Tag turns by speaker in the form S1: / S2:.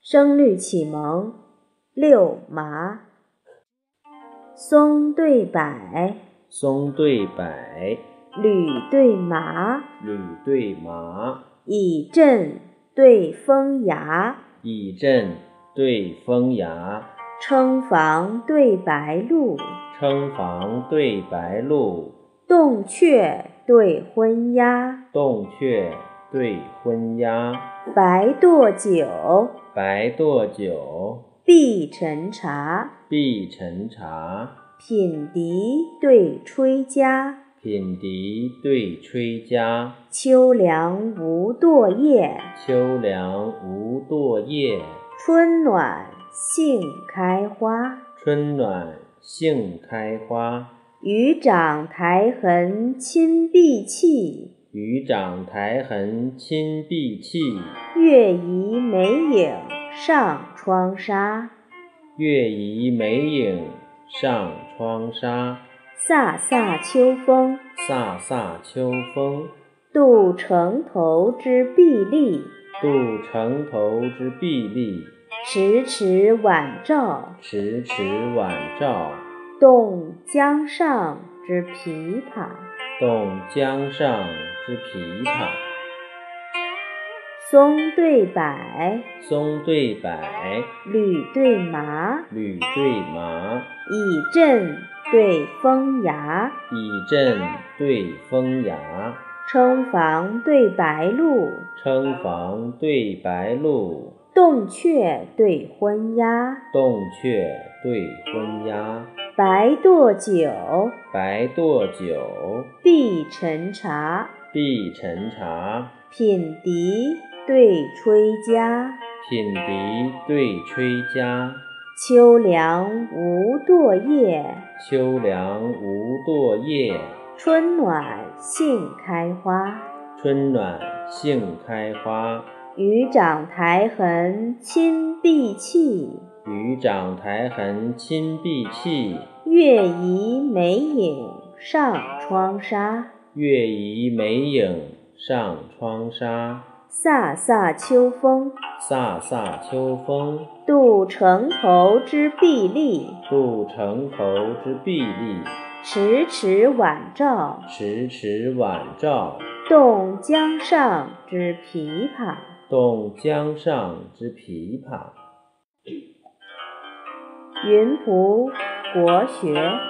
S1: 声律启蒙，六麻，松对柏，
S2: 松对柏，
S1: 履对麻，
S2: 履对麻，
S1: 以震对风崖，
S2: 以震对风崖，
S1: 称房对白鹭，
S2: 称房对白鹭，
S1: 洞雀对昏鸦，
S2: 洞雀对昏鸦，
S1: 白堕酒，
S2: 白堕酒，
S1: 碧沉茶，
S2: 碧沉茶，
S1: 品笛对吹笳，
S2: 品笛对吹笳，
S1: 秋凉无落叶，
S2: 秋凉无落叶，
S1: 春暖杏开花。
S2: 春暖杏开花。
S1: 渔掌苔痕侵碧砌，
S2: 渔掌苔痕侵碧砌，
S1: 月移梅影上窗纱。
S2: 月移梅影上窗纱。
S1: 飒飒秋风
S2: 飒飒秋风，
S1: 渡城头之碧丽，
S2: 渡城头之碧丽。
S1: 迟迟晚照
S2: 迟迟晚照，
S1: 动江上之琵琶。
S2: 动江上之琵琶。
S1: 松对柏，
S2: 松对柏，
S1: 履对麻，
S2: 履对麻，
S1: 以震对风崖，
S2: 以震对风崖。
S1: 称房对白鹭，
S2: 称房对白鹭，
S1: 洞雀对昏鸦，
S2: 洞雀对昏鸦。
S1: 白堕酒，
S2: 白堕酒，
S1: 碧沉茶，
S2: 碧沉茶，
S1: 品笛对吹笳，
S2: 品笛对吹笳。
S1: 秋凉无落叶，
S2: 秋凉无落叶，
S1: 春暖杏开花。
S2: 春暖杏开花。
S1: 渔掌苔痕侵碧砌，
S2: 渔掌苔痕侵碧砌，
S1: 月移梅影上窗纱。
S2: 月移梅影上窗纱。
S1: 飒飒秋风，
S2: 飒飒秋风，
S1: 渡城头之碧丽，
S2: 渡城头之碧丽。
S1: 迟迟晚照
S2: 迟迟晚照，
S1: 动江上之琵琶。
S2: 动江上之琵琶。
S1: 云浦国学。